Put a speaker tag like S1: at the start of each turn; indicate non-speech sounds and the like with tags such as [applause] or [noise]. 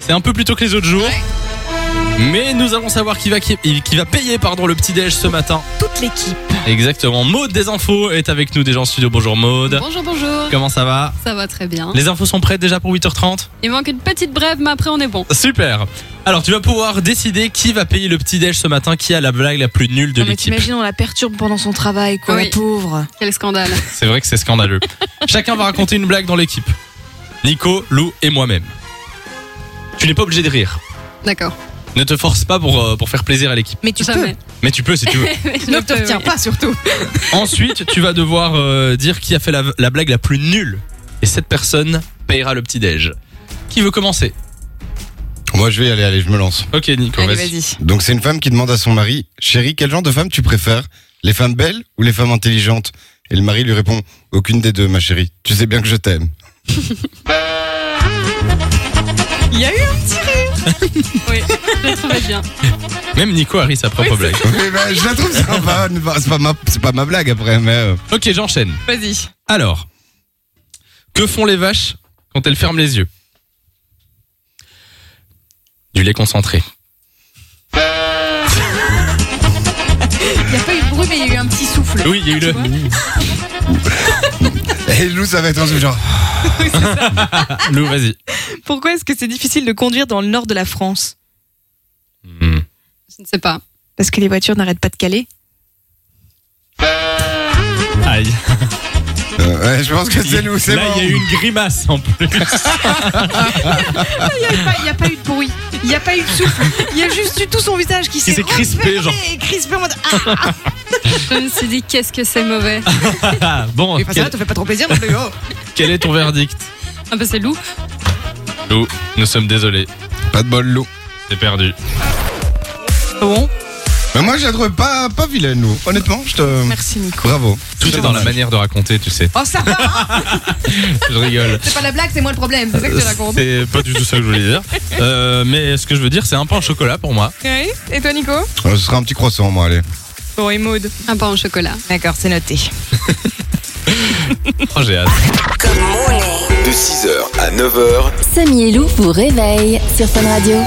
S1: C'est un peu plus tôt que les autres jours. Mais nous allons savoir qui va, qui, qui va payer pardon, le petit-déj ce matin.
S2: Toute l'équipe.
S1: Exactement. Maude des infos est avec nous déjà en studio. Bonjour Maude.
S3: Bonjour, bonjour.
S1: Comment ça va
S3: Ça va très bien.
S1: Les infos sont prêtes déjà pour 8h30
S3: Il manque une petite brève, mais après on est bon.
S1: Super. Alors tu vas pouvoir décider qui va payer le petit-déj ce matin, qui a la blague la plus nulle de
S2: Non, mais
S1: l'équipe.
S2: t'imagines, on la perturbe pendant son travail, quoi,
S3: Oui.
S2: la pauvre.
S3: Quel scandale.
S1: C'est vrai que c'est scandaleux. Chacun va raconter une blague dans l'équipe. Nico, Lou et moi-même. Tu n'es pas obligé de rire.
S3: D'accord.
S1: Ne te force pas pour, euh, pour faire plaisir à l'équipe.
S2: Mais tu
S3: Jamais.
S2: [laughs]
S1: Mais tu peux si tu veux.
S2: peux. Ne te retiens pas, surtout.
S1: Ensuite, tu vas devoir euh, dire qui a fait la, la blague la plus nulle. Et cette personne payera le petit-déj. Qui veut commencer
S4: Moi, je vais y aller, allez, je me lance.
S1: Ok, Nico,
S2: Allez,
S1: vas-y.
S2: vas-y.
S4: Donc, c'est une femme qui demande à son mari, chérie, quel genre de femme tu préfères Les femmes belles ou les femmes intelligentes Et le mari lui répond, aucune des deux, ma chérie. Tu sais bien que je [laughs] t'aime.
S2: Il y a eu un petit
S3: Oui, je le trouvais bien.
S1: Même Nico a ri sa propre blague.
S4: Mais ben, je la trouve sympa. mais bon, [laughs] C'est pas, ma- c'est pas ma blague après, mais. euh,
S1: Ok, j'enchaîne.
S2: Vas-y.
S1: Alors, que font les vaches quand elles ferment les yeux Du lait concentré.
S2: Il n'y a pas eu de bruit, mais il y a eu un petit souffle.
S1: Oui, il y a eu le.
S4: Et Lou, ça va être un truc genre.
S1: Lou, vas-y.
S2: Pourquoi est-ce que c'est difficile de conduire dans le nord de la France
S1: Hmm.
S3: Je ne sais pas.
S2: Parce que les voitures n'arrêtent pas de caler.
S1: Aïe.
S4: euh, ouais, je pense que c'est Lou, c'est
S1: Là,
S4: mort.
S1: il y a eu une grimace en plus.
S2: Il n'y a, pas- il y a pas eu de bruit. Il n'y a pas eu de souffle. Il y a juste eu tout son visage qui
S1: s'est crispé,
S2: refermé
S1: genre.
S2: Et crispé en mode. Ah,
S3: Je me suis dit, qu'est-ce que c'est mauvais.
S1: Ah, bon,
S2: mais pas ça,
S1: quel,
S2: te fait pas trop plaisir non plus. oh.
S1: quel est ton verdict
S3: Ah bah c'est loup.
S1: Lou, nous sommes désolés.
S4: Pas de bol, Lou.
S1: C'est perdu.
S2: [laughs] Bon,
S4: Mais moi, je la trouve pas, pas vilaine, Lou. Honnêtement, je te.
S2: merci Nico.
S4: Bravo.
S1: Tout est dans la manière de raconter, tu sais.
S2: Oh, ça va, hein,
S1: Je rigole.
S2: c'est pas la blague, c'est moi le [laughs] problème. C'est ça que tu racontes.
S1: C'est pas du tout ça que je voulais dire. Euh, mais ce que je veux dire, c'est un pain au chocolat pour moi.
S2: Oui. Et toi, Nico
S4: Euh, Ce sera un petit croissant, moi, allez.
S2: Bon, et Maud.
S3: Un pain au chocolat.
S2: D'accord, c'est noté.
S1: Oh, j'ai hâte.
S5: De 6h à 9h,
S6: Samy et Lou vous réveille sur Fun Radio.